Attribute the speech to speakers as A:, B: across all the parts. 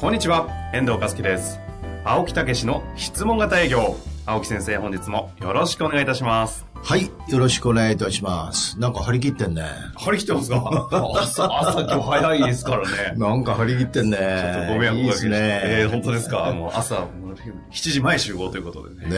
A: こんにちは、遠藤和樹です。青木武の質問型営業。青木先生、本日もよろしくお願いいたします。
B: はい、よろしくお願いいたします。なんか張り切ってんね。
A: 張り切ってますか朝、朝今日早いですから ね。
B: なんか張り切ってんね。
A: ちょっとご迷惑
B: いい
A: をおか
B: で
A: けし
B: す
A: て。
B: ね。
A: えー本当ですかもう朝、もう7時前集合ということでね。
B: ね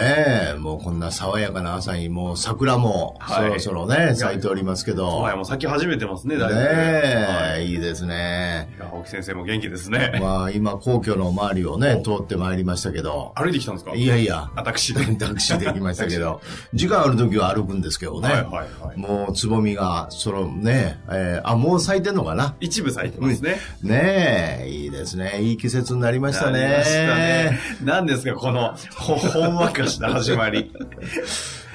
B: え、もうこんな爽やかな朝にもう桜もそ
A: はい
B: ろそろね、咲いておりますけど。
A: はい、
B: ね
A: もう先始めてますね、だいぶ。
B: え、
A: はい
B: い、いですね。
A: いや青木先生も元気ですね。
B: まあ今、皇居の周りをね、通ってまいりましたけど。
A: 歩いてきたんですか
B: いやいや、
A: 私。
B: タクシーで行きましたけど、 時間ある時は歩くんですけどね。
A: はいはいはい。
B: もうつぼみが、そのね、えーあ、もう咲いてんのかな
A: 一部咲いてますね。
B: ねえ、いいですね。いい季節になりましたね。
A: なりましたね。何ですか、この、ほ、ほんわかした始まり。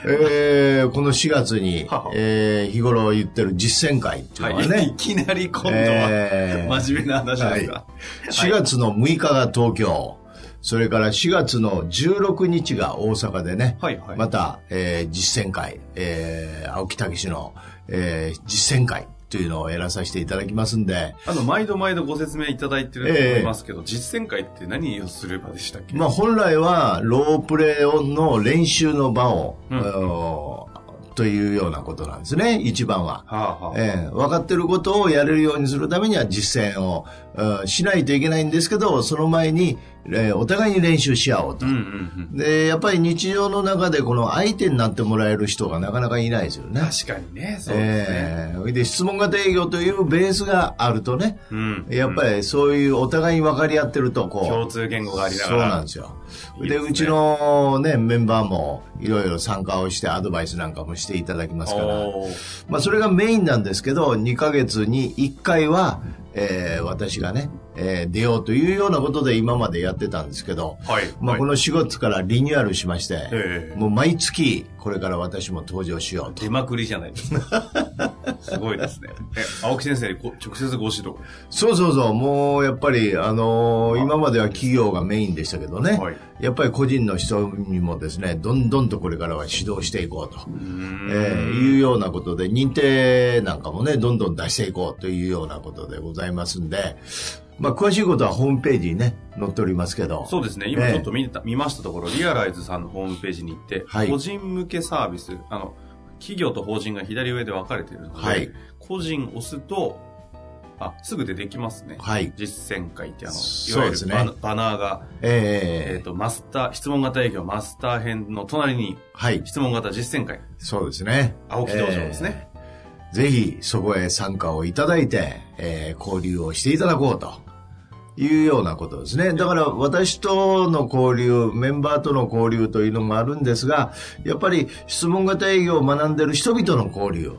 B: えーこの4月に
A: はは、
B: えー日頃言ってる実践会っていうの
A: は、
B: はいね、
A: いきなり今度は、
B: えー
A: 真面目な話ですか。
B: 4月の6日が東京、それから4月の16日が大阪でね、
A: はいはい
B: また、えー実践会、えー青木武の、えー実践会というのをやらさせていただきますんで、
A: あの、毎度毎度ご説明いただいてると思いますけど、実践会って何をする場でしたっけ、
B: まあ、本来はロープレーオンの練習の場を、
A: うん
B: あのというようなことなんですね、一番は。
A: はあはあ、
B: ええ、分かってることをやれるようにするためには実践を、うんしないといけないんですけど、その前に、えーお互いに練習し合おうと。
A: うんうんうん。
B: で、やっぱり日常の中でこの相手になってもらえる人がなかなかいないですよね。
A: 確かにね、そうですね。
B: ええで、質問型営業というベースがあるとね、
A: うん。
B: やっぱりそういうお互いに分かり合ってると、こう。
A: 共通言語がありなが
B: そう
A: ら。
B: なんですよ。
A: いい
B: で
A: ですね
B: うちのね、メンバーもいろいろ参加をしてアドバイスなんかもしていただきますから。
A: おー
B: まあ、それがメインなんですけど、2ヶ月に1回は、えー私がね、えー出ようというようなことで今までやってたんですけど、
A: はい。
B: まあ、こ
A: はい
B: の4月からリニューアルしまして、
A: ええ
B: もう毎月これから私も登場しようと。
A: 出まくりじゃないですか。 すごいですね。え、青木先生にこ直接ご指導。
B: そうそうそう、もうやっぱり、あのー今までは企業がメインでしたけどね、
A: はい
B: やっぱり個人の人にもですね、どんどんとこれからは指導していこうと。
A: うーん
B: えーいうようなことで、認定なんかもね、どんどん出していこうというようなことでございますんで、まあ、詳しいことはホームページにね、載っておりますけど。
A: そうですね、今
B: ええ
A: ちょっと見た、見ましたところ、リアライズさんのホームページに行って、
B: はい
A: 個人向けサービス、あの、企業と法人が左上で分かれているので、
B: はい
A: 個人押すと、あ、すぐ出てきますね。
B: はい。
A: 実践会ってあの、い
B: そ
A: わゆ
B: うで
A: る
B: す
A: バ
B: ね
A: ナ,、ーが、えっ、
B: えー
A: と、マスター、質問型営業マスター編の隣に、
B: はい。
A: 質問型実践会、
B: そうですね。
A: 青木道場ですね。
B: ぜひ、そこへ参加をいただいて、えー交流をしていただこうと。いうようなことですね。だから私との交流、メンバーとの交流というのもあるんですが、やっぱり質問型営業を学んでる人々の交流。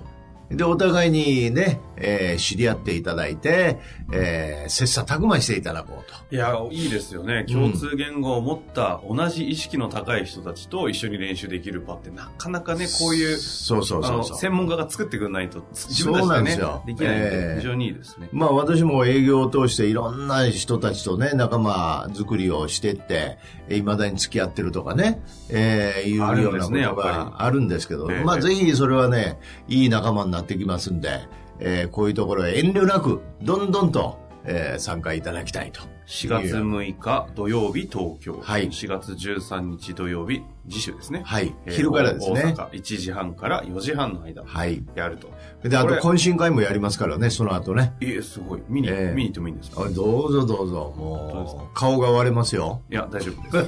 B: で、お互いにね、えー知り合っていただいて、えー切磋琢磨していただこうと。
A: いや、いいですよね。共通言語を持った同じ意識の高い人たちと一緒に練習できる場って、なかなかね、こういう
B: そうそう
A: あ
B: そ
A: の
B: うそう。
A: 専門家が作ってくれないとつ自
B: そ
A: 分た
B: うなんで
A: ち
B: す
A: でね
B: よ
A: できないの
B: え
A: で
B: え
A: 非常にいいですね、
B: まあ私も営業を通していろんな人たちとね、仲間作りをしてって、いまだに付き合ってるとかね、えー、いう
A: あるん
B: よう
A: で
B: な
A: す
B: こ
A: ね
B: とがあるんですけど、
A: やっぱり
B: ま
A: え
B: あ
A: え
B: ぜひそれはね、いい仲間になってきますんで、えーこういうところへ遠慮なく、どんどんと、えー参加いただきたいと。
A: 4月6日土曜日東京、
B: はい
A: 4月13日土曜日次週ですね、
B: はい。
A: えー
B: 昼からです
A: 大
B: ね。
A: 阪1時半から4時半の間
B: はい。
A: やると
B: で、あ
A: ことれ
B: 懇親会もやりますからね、その後ね。
A: ええすごい見に、
B: ええ
A: 見に行ってもいいんですか
B: あどうぞどうぞ、
A: どうですか
B: もう、顔が割れますよ。
A: いや大丈夫で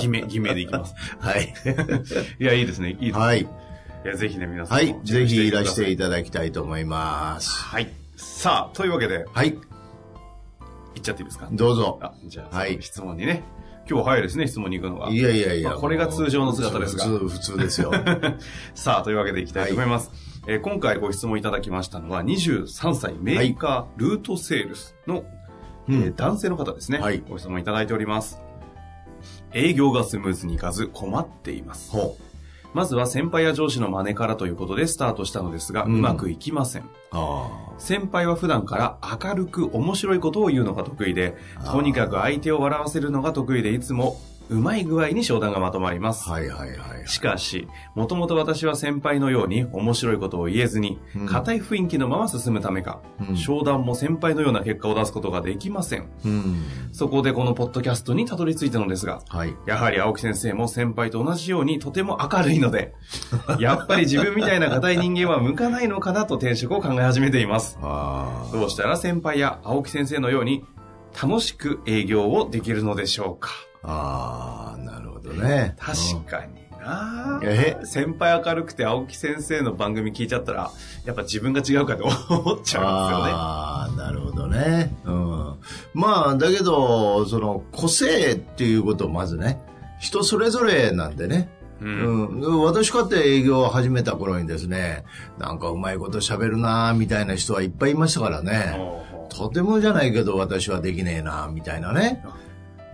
A: す偽名偽名でいき ます
B: はい。
A: いやいいですねいいです、
B: はい。
A: いやぜひね皆さん
B: は
A: も
B: い。ぜひいらして
A: チェックくださ
B: いただきたいと思います。
A: はいさあというわけで
B: はい。
A: 行っちゃっていいですか
B: どうぞ。
A: あじゃあ、
B: はい
A: 質問にね今日は早いですね質問に行くのが
B: いやいやいや。
A: まあこれが通常の姿ですが
B: 普通、普通で すよ。
A: さあ、というわけでいきたいと思います。えー今回ご質問いただきましたのは、23歳メーカールートセールスの、
B: うん
A: えー男性の方ですね、
B: はい
A: ご質問いただいております。営業がスムーズにいかず困っています。
B: ほう。
A: まずは先輩や上司の真似からということでスタートしたのですが、う
B: うん
A: まくいきません。
B: あ
A: 先輩は普段から明るく面白いことを言うのが得意で、とにかく相手を笑わせるのが得意で、いつもうまい具合に商談がまとまります。
B: はいはいはいはい。
A: しかし、もともと私は先輩のように面白いことを言えずに
B: うん、
A: 硬い雰囲気のまま進むためか、
B: うん
A: 商談も先輩のような結果を出すことができません。
B: うん。
A: そこでこのポッドキャストにたどり着いたのですが、
B: はい。
A: やはり青木先生も先輩と同じようにとても明るいの で、やっぱり自分みたいな硬い人間は向かないのかなと転職を考え始めています。
B: ああ。
A: どうしたら先輩や青木先生のように楽しく営業をできるのでしょうか
B: ああ、なるほどね。
A: 確かにな
B: うんえ
A: 先輩明るくて青木先生の番組聞いちゃったら、やっぱ自分が違うかと 思っちゃ
B: ああ、なるほどね。うん。まあ、だけど、その、個性っていうことをまずね、人それぞれなんでね。
A: うんですよね。うん。
B: うん、私かって営業を始めた頃にですね、なんかうまいこと喋るなーみたいな人はいっぱいいましたからね。とてもじゃないけど私はできねえなーみたいなね。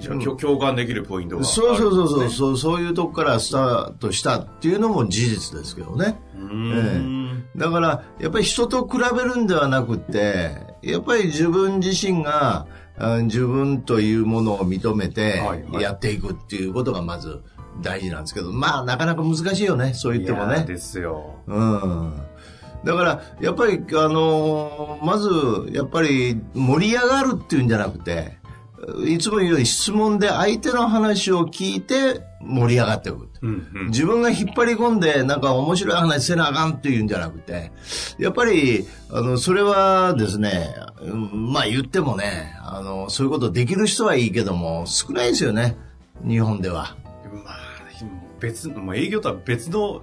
A: じゃあ、きょ共感できるポイントがある。
B: そうそうそうそう、そうそういうとこからスタートしたっていうのも事実ですけどね。
A: うーん。
B: だから、やっぱり人と比べるんではなくって、やっぱり自分自身が、うん自分というものを認めて
A: はいはい
B: やっていくっていうことがまず大事なんですけど、まあなかなか難しいよね、そう言っても
A: いや
B: ね
A: ー。ですよ。
B: うん。だから、やっぱり、あのーまず、やっぱり、盛り上がるっていうんじゃなくて、いつも言うように質問で相手の話を聞いて盛り上がっていく。
A: うんうん。
B: 自分が引っ張り込んで、なんか面白い話せなあかんっていうんじゃなくて、やっぱり、あの、それはですね、うんまあ言ってもね、あの、そういうことできる人はいいけども、少ないですよね、日本では。
A: まあ、別の、もう営業とは別の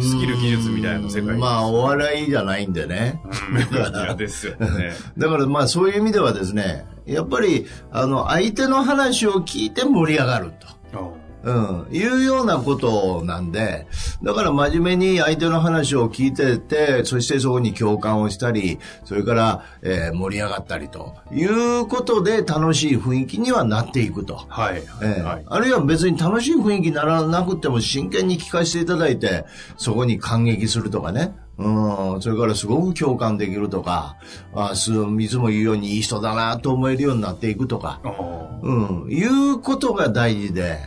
A: スキル技術みたいな世界です
B: まあ、お笑いじゃないんでね。
A: いや ですよ ね。
B: だからまあそういう意味ではですね、やっぱりあの相手の話を聞いて盛り上がると。うん、いうようなことなんで、だから真面目に相手の話を聞いてて、そしてそこに共感をしたり、それから、えー盛り上がったりということで楽しい雰囲気にはなっていくと。
A: はい、は
B: え
A: い、
B: え
A: はい。
B: あるいは別に楽しい雰囲気にならなくても真剣に聞かせていただいて、そこに感激するとかね。うん、それからすごく共感できるとか、あすいつも言うようにいい人だなと思えるようになっていくとか、
A: あ
B: うん、いうことが大事で、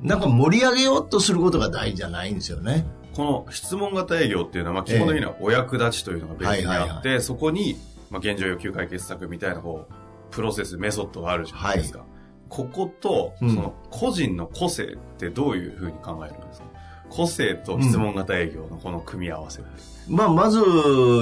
B: なんか盛り上げようとすることが大事じゃないんですよね。
A: ーこの質問型営業っていうのは、まあ、基本的にはお役立ちというのがベースにあって、そこに、まあ、現状要求解決策みたいなこうプロセス、メソッドがあるじゃないですか。ここと、そ
B: うん
A: の個人の個性ってどういうふうに考えるんですか、個性と質問型営業のこの組み合わせ。
B: まあ、まず、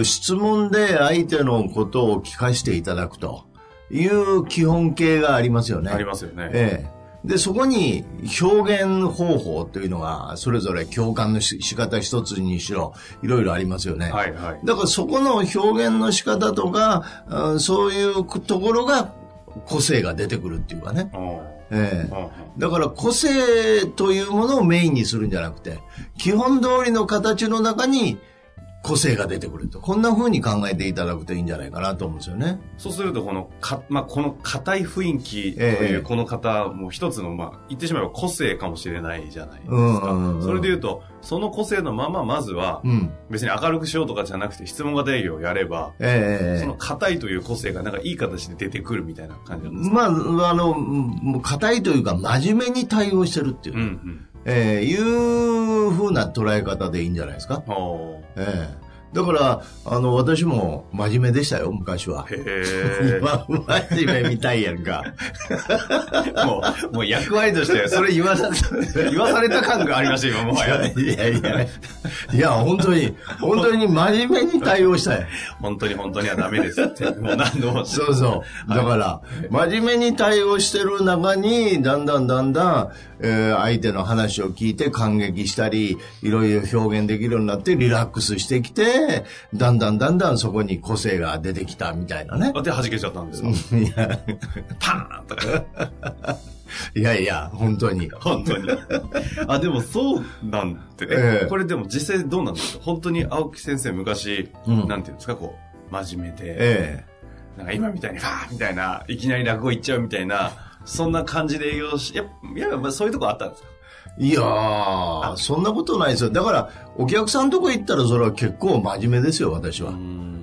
B: 質問で相手のことを聞かせていただくという基本形がありますよね。
A: ありますよね。
B: ええ。で、そこに表現方法というのが、それぞれ共感のし仕方一つにしろ、いろいろありますよね。
A: はい、はい。
B: だからそこの表現の仕方とか、うんそういうところが個性が出てくるっていうかね。
A: あ
B: ええ。
A: ー
B: だから個性というものをメインにするんじゃなくて、基本通りの形の中に個性が出てくると。こんな風に考えていただくといいんじゃないかなと思うんですよね。
A: そうすると、この、か、まあ、この硬い雰囲気と
B: え
A: い
B: え
A: う、この方も一つの、まあ、言ってしまえば個性かもしれないじゃないです
B: うんう
A: か
B: んうん。
A: それで言うと、その個性のまま、まずは
B: う、ん。
A: 別に明るくしようとかじゃなくて、質問型営業をやれば、
B: ええ。
A: その硬いという個性がなんかいい形で出てくるみたいな感じなんですか
B: まあ、あの、もう硬いというか、真面目に対応してるっていう、
A: うんうん。
B: えーいう風な捉え方でいいんじゃないですか。
A: おー
B: えーだから、あの、私も真面目でしたよ、昔は。
A: へ
B: まあ、真面目みたいやんか。
A: え。もう、もう役割として、それ言わさ、 言わされた感がありました、今もはいや
B: や。いやいや、いや、本当に、本当に真面目に対応したい。
A: 本当に本当にはダメです って、もう何度も。
B: そうそう。だから、真面目に対応してる中に、だんだんだんだん、えー相手の話を聞いて感激したり、いろいろ表現できるようになって、リラックスしてきて、だんだんだんだんそこに個性が出てきたみたいなね。
A: あで、弾けちゃったんですか
B: いや、
A: パーンとか。
B: いやいや、本当に。
A: 本当に。あ、でもそうなんて、
B: ええ
A: これでも実際どうなんですか本当に青木先生昔、
B: うん
A: なんていうんですか、こう、真面目で、
B: え
A: なんか今みたいに、はぁみたいな、いきなり落語行っちゃうみたいな、そんな感じで営業し、やっぱ、いやまあそういうとこあったんですか
B: いやー、そんなことないですよ。だから、お客さんとこ行ったら、それは結構真面目ですよ、私は。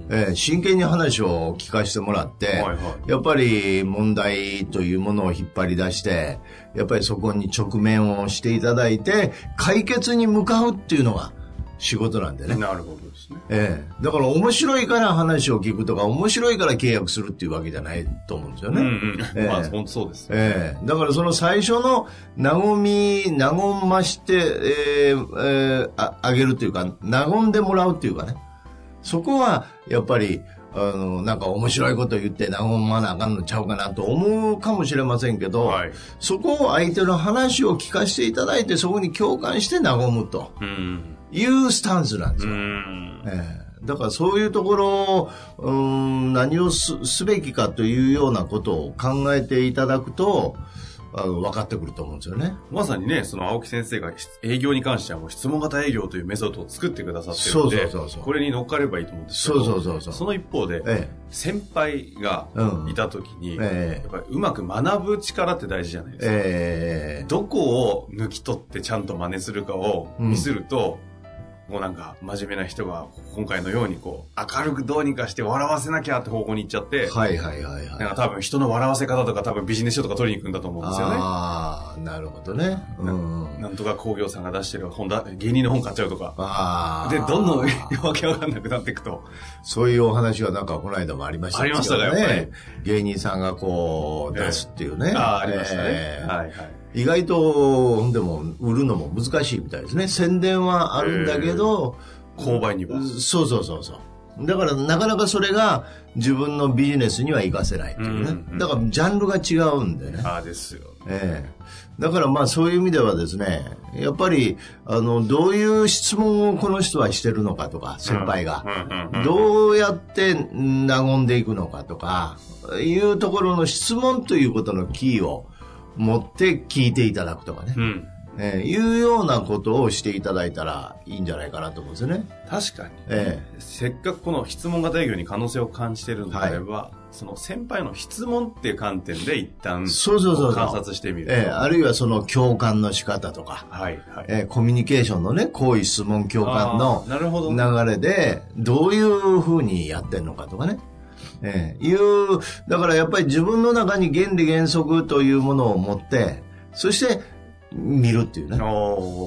B: えー、真剣に話を聞かせてもらって、はいはい、やっぱり問題というものを引っ張り出して、やっぱりそこに直面をしていただいて、解決に向かうっていうのが仕事なんでね。
A: なるほどですね。
B: ええー、だから面白いから話を聞くとか、面白いから契約するっていうわけじゃないと思うんですよね。うん
A: うんえー、まあ本当そうです、
B: ね、ええー、だからその最初の和み、和まして、えー、えー、ああげるというか、和んでもらうっていうかね。そこは、やっぱり、あの、なんか面白いこと言って和まなあかんのちゃうかなと思うかもしれませんけど、はい、そこを相手の話を聞かせていただいて、そこに共感して和むというスタンスなんですよ。えー、だからそういうところを、うん、何をすすべきかというようなことを考えていただくと、あの分かってくると思うんですよね。
A: まさにね、その青木先生が営業に関してはもう質問型営業というメソッドを作ってくださってるので、そうそうそうこれに乗っかればいいと思うんですけど、
B: そうそうそう
A: その一方で、ええ、先輩がいた時に、え、やっぱりうまく学ぶ力って大事じゃないですか。えー、どこを抜き取ってちゃんと真似するかをミスると、うん、もうなんか真面目な人が今回のようにこう明るくどうにかして笑わせなきゃって方向に行っちゃって、
B: はいはいはいはい、
A: なんか多分人の笑わせ方とか多分ビジネス書とか取りに行くんだと思うんですよね。
B: ああ、なるほどね。
A: うん、なんとか工業さんが出してる本だ、芸人の本買っちゃうとか。ああ。で、どんどんわけわかんなくなっていくと。
B: そういうお話はなんかこの間もありました
A: ね。ありましたね、やっぱり。
B: 芸人さんがこう出すっていうね。え
A: ー、ああ、ありましたね、えー。はいはい。
B: 意外と、でも、売るのも難しいみたいですね。宣伝はあるんだけど、
A: えー、購買には。
B: そうそうそうそう。だから、なかなかそれが自分のビジネスには活かせないっていうね。うんうん、だから、ジャンルが違うんでね。
A: ああ、ですよ、ね。
B: ええー、だから、まあ、そういう意味ではですね、やっぱり、あの、どういう質問をこの人はしてるのかとか、先輩が。うんうんうん、どうやって和んでいくのかとか、いうところの質問ということのキーを、持って聞いていただくとかね、うん、えー、いうようなことをしていただいたらいいんじゃないかなと思うんですよね。
A: 確かに、えー、せっかくこの質問型営業に可能性を感じてるのであれば、はい、その先輩の質問っていう観点で一旦そうそうそう観察してみる
B: えー、あるいはその共感の仕方とか、はいはいえー、コミュニケーションのね行為質問共感の流れでどういうふうにやってるのかとかね。ええ、いう、だからやっぱり自分の中に原理原則というものを持って、そして見るっていうね。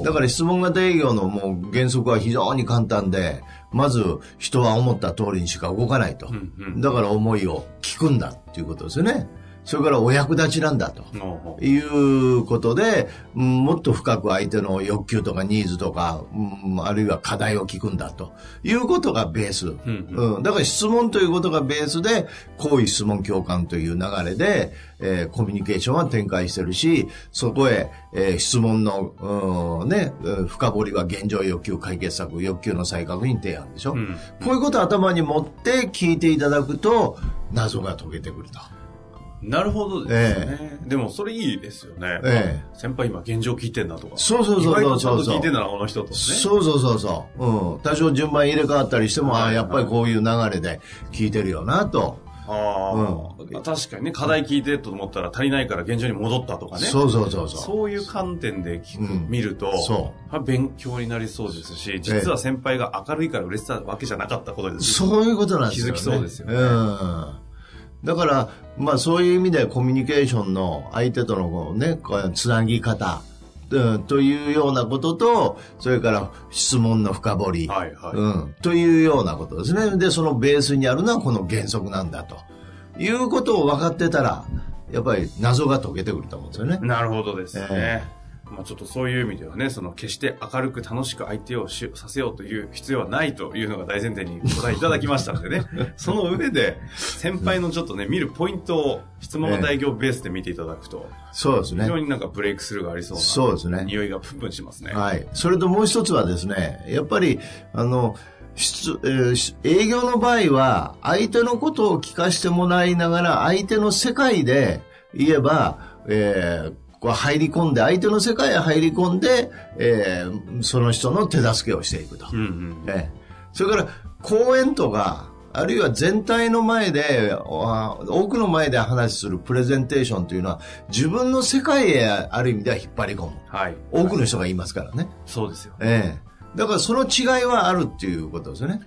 B: だから質問型営業のもう原則は非常に簡単で、まず人は思った通りにしか動かないと。うんうん、だから思いを聞くんだっていうことですよね。それからお役立ちなんだということで、もっと深く相手の欲求とかニーズとか、あるいは課題を聞くんだということがベース。うんうんうん、だから質問ということがベースで、行為質問共感という流れで、えー、コミュニケーションは展開してるし、そこへ、えー、質問の、ね、深掘りは現状欲求解決策、欲求の再確認提案でしょ、うんうん。こういうことを頭に持って聞いていただくと、謎が解けてくると。
A: なるほどですね、えー。でもそれいいですよね。えー、先輩今現状聞いてんだとか。
B: そうそうそうそう
A: ちゃんと聞いてんだな、この人と、ね。
B: そうそうそうそう。うん。多少順番入れ替わったりしても、ああ、やっぱりこういう流れで聞いてるよな、と。
A: あうん、確かにね、課題聞いてと思ったら足りないから現状に戻ったとかね。。
B: そうそうそうそう
A: そういう観点で聞く、うん、見ると、そう。勉強になりそうですし、実は先輩が明るいから嬉しさわけじゃなかったことです。
B: そういうことなんです
A: よ、ね。気づきそうですよね。
B: うんだから、まあそういう意味でコミュニケーションの相手とのね、つなぎ方、うん、というようなことと、それから質問の深掘り、はいはいうん、というようなことですね。で、そのベースにあるのはこの原則なんだと。いうことを分かってたら、やっぱり謎が解けてくると思うんですよね。
A: なるほどですね。えー、まあちょっとそういう意味ではね、その決して明るく楽しく相手をしさせようという必要はないというのが大前提に答えいただきましたので ね、その上で先輩のちょっとね、見るポイントを質問型営業ベースで見ていただくと、えー、
B: そうですね。
A: 非常になんかブレイクスルーがありそうな、
B: そうですね。
A: 匂いがプンプンしますね。
B: はい。それともう一つはですね、やっぱり、あの、しえー、営業の場合は、相手のことを聞かせてもらいながら、相手の世界で言えば、えー、こう入り込んで、相手の世界へ入り込んで、えー、その人の手助けをしていくと。うんうん、えー、それから、講演とか、あるいは全体の前で、多くの前で話するプレゼンテーションというのは、自分の世界へある意味では引っ張り込む。
A: はい。
B: 多くの人がいますからね。はい、
A: そうですよ、ね。
B: ええ。だからその違いはあるっていうことですよね。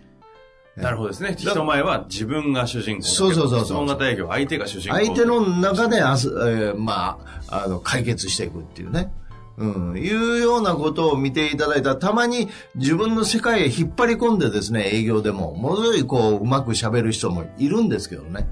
A: なるほどですね。人前は自分が主人公。
B: そうそうそうそう。質
A: 問型営業、相手が主人公。
B: 相手の中で、あすえー、まあ、あの、解決していくっていうね。うん、いうようなことを見ていただいたら、たまに自分の世界へ引っ張り込んでですね、営業でも、ものすごいこう、うまく喋る人もいるんですけどね。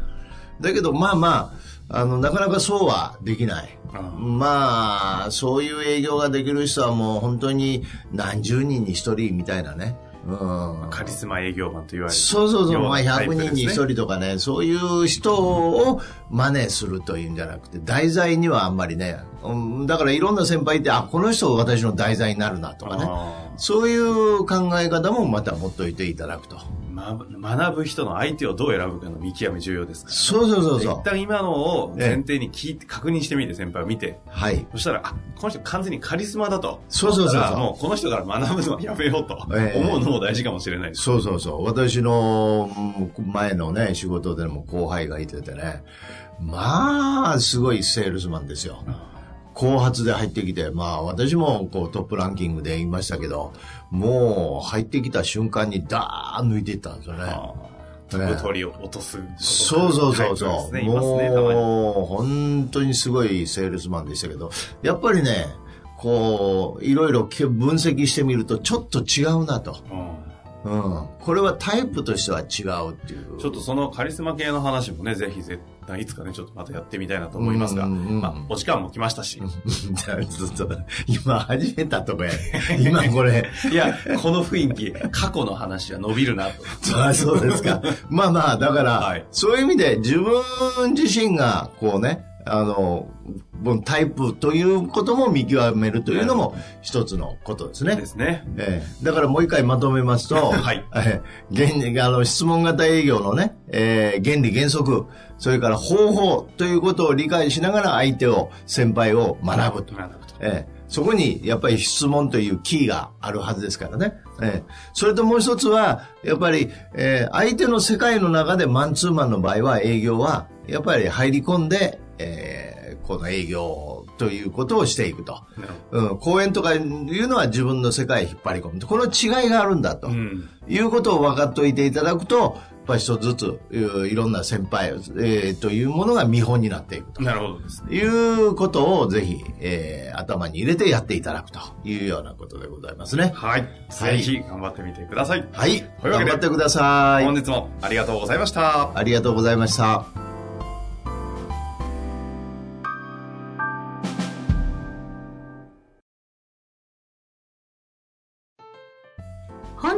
B: だけど、まあまあ、あの、なかなかそうはできない。うん、まあ、そういう営業ができる人はもう本当に何十人に一人みたいなね。
A: うん、カリスマ営業マンと言われる。
B: そうそうそう。まあ、100人に1人とかね、そういう人を真似するというんじゃなくて、題材にはあんまりね、うん、だからいろんな先輩って、あ、この人私の題材になるなとかね、そういう考え方もまた持っといていただくと。
A: ま、学ぶ人の相手をどう選ぶかの見極め重要ですから、ね、
B: そうそうそうそう
A: 一旦今のを前提に聞いて、確認してみて先輩を見て、
B: はい、
A: そしたらあこの人完全にカリスマだと
B: そうそうそう
A: もうこの人から学ぶのはやめようと思うのも大事かもしれないです、
B: えー、そうそうそう私の前のね仕事でも後輩がいててねまあすごいセールスマンですよ、後発で入ってきて、まあ私もこうトップランキングで言いましたけど、もう入ってきた瞬間にダー抜いていったんですよね。
A: トップを落とす、ね、
B: そうそうそうそう。ね、もう本当にすごいセールスマンでしたけど、やっぱりね、こう、いろいろ分析してみるとちょっと違うなと。うん、これはタイプとしては違うっていう
A: ちょっとそのカリスマ系の話もねぜひ絶対いつかねちょっとまたやってみたいなと思いますが、まあ、お時間も来ましたし
B: 今始めたとこや今これ
A: いやこの雰囲気過去の話は伸びるなと
B: あそうですかまあまあだから、はい、そういう意味で自分自身がこうねあのタイプということも見極めるというのも一つのことですね。
A: ですね。
B: えー、だからもう一回まとめますと、
A: はい。
B: えー、原あの質問型営業のね、えー、原理原則、それから方法ということを理解しながら相手を、先輩を学ぶと。
A: 学ぶと。
B: えーそこにやっぱり質問というキーがあるはずですからね。えー、それともう一つは、やっぱり、えー、相手の世界の中でマンツーマンの場合は営業は、やっぱり入り込んで、えー、この営業ということをしていくと。うん、講演とかいうのは自分の世界へ引っ張り込む。この違いがあるんだと、うん、いうことを分かっておいていただくと、やっぱり一つずついろんな先輩、えー、というものが見本になっていくと。
A: なるほどです、
B: ね、いうことをぜひ、えー、頭に入れてやっていただくというようなことでございますね。
A: はい。ぜひ頑張ってみてください。
B: はい。頑張ってください。
A: 本日もありがとうございました。
B: ありがとうございました。
C: 本